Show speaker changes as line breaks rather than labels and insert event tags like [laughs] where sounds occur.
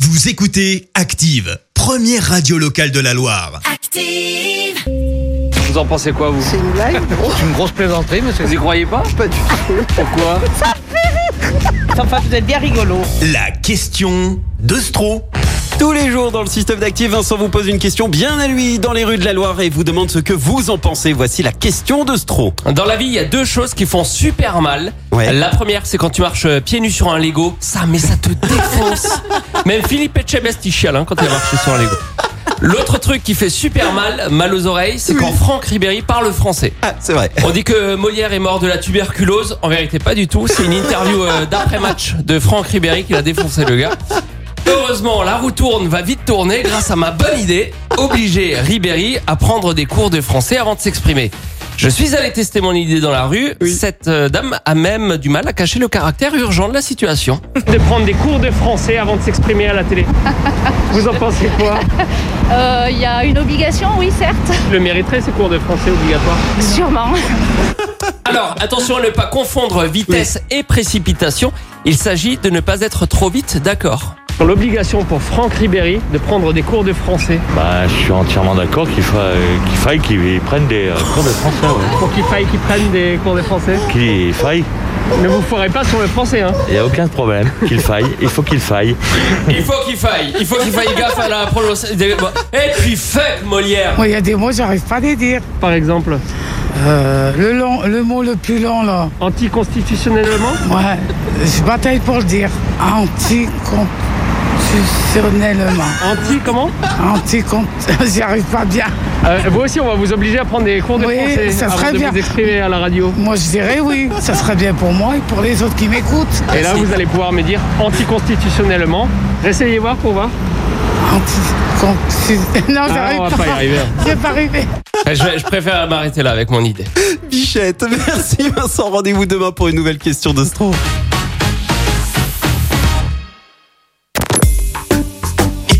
Vous écoutez Active, première radio locale de la Loire.
Active!
Vous en pensez quoi, vous
C'est une blague
C'est une grosse plaisanterie, monsieur.
Vous y croyez pas
Pas du tout.
Pourquoi
Enfin, vous êtes bien rigolo.
La question de Stro.
Tous les jours dans le système d'actifs, Vincent vous pose une question bien à lui dans les rues de la Loire et vous demande ce que vous en pensez. Voici la question de Stro.
Dans la vie, il y a deux choses qui font super mal.
Ouais.
La première, c'est quand tu marches euh, pieds nus sur un Lego. Ça, mais ça
[laughs]
te défonce. Même Philippe Etchebest, il chiale hein, quand il a marché sur un Lego. L'autre truc qui fait super mal, mal aux oreilles, c'est quand Franck Ribéry parle français.
Ah, c'est vrai.
On dit que Molière est mort de la tuberculose. En vérité, pas du tout. C'est une interview euh, d'après-match de Franck Ribéry qui l'a défoncé, le gars. Heureusement, la roue tourne, va vite tourner grâce à ma bonne idée, obliger Ribéry à prendre des cours de français avant de s'exprimer. Je suis allé tester mon idée dans la rue. Cette euh, dame a même du mal à cacher le caractère urgent de la situation.
de prendre des cours de français avant de s'exprimer à la [laughs] télé. Vous en pensez quoi
Euh, Il y a une obligation, oui, certes, [laughs]
Le mériterait ces cours de français obligatoires
sûrement.
Alors, attention à ne pas confondre vitesse et précipitation. Il s'agit de ne pas être trop vite, d'accord.
Sur l'obligation pour Franck Ribéry de prendre des cours de français
Bah, je suis entièrement d'accord qu'il fa- qu'il faille qu'ils prennent des euh, cours de français.
[laughs]
ouais.
pour qu'il faille qu'il prenne des cours de français.
Qu'il faille,
Ne vous foirez pas sur le français, hein.
il n'y a aucun problème. Qu'il faille, il faut qu'il faille.
Il faut qu'il faille, il faut qu'il faille gaffe à la prononciation. Et puis fuck Molière.
Moi, il y a des mots, j'arrive pas à les dire.
Par exemple,
Euh, le, long, le mot le plus long, là,
anticonstitutionnellement,
ouais, je bataille pour le dire. Anticonstitutionnellement.
anti comment
Anticont... [laughs] J'y arrive pas bien.
Euh, Vous aussi, on va vous obliger à prendre des cours de
Oui,
français
ça
avant
serait
de
bien.
vous exprimer à la radio.
Moi, je dirais oui. Ça serait bien pour moi et pour les autres qui m'écoutent.
Et là, vous allez pouvoir me dire anticonstitutionnellement. Essayez voir pour voir.
Anticonstitutionnellement. Non,
Ah,
j'arrive
on va
pas.
pas y arriver.
J'ai pas arrivé.
Eh, Je, je préfère m'arrêter là avec mon idée.
Bichette, [laughs] merci Vincent. Rendez-vous demain pour une nouvelle question de Stro.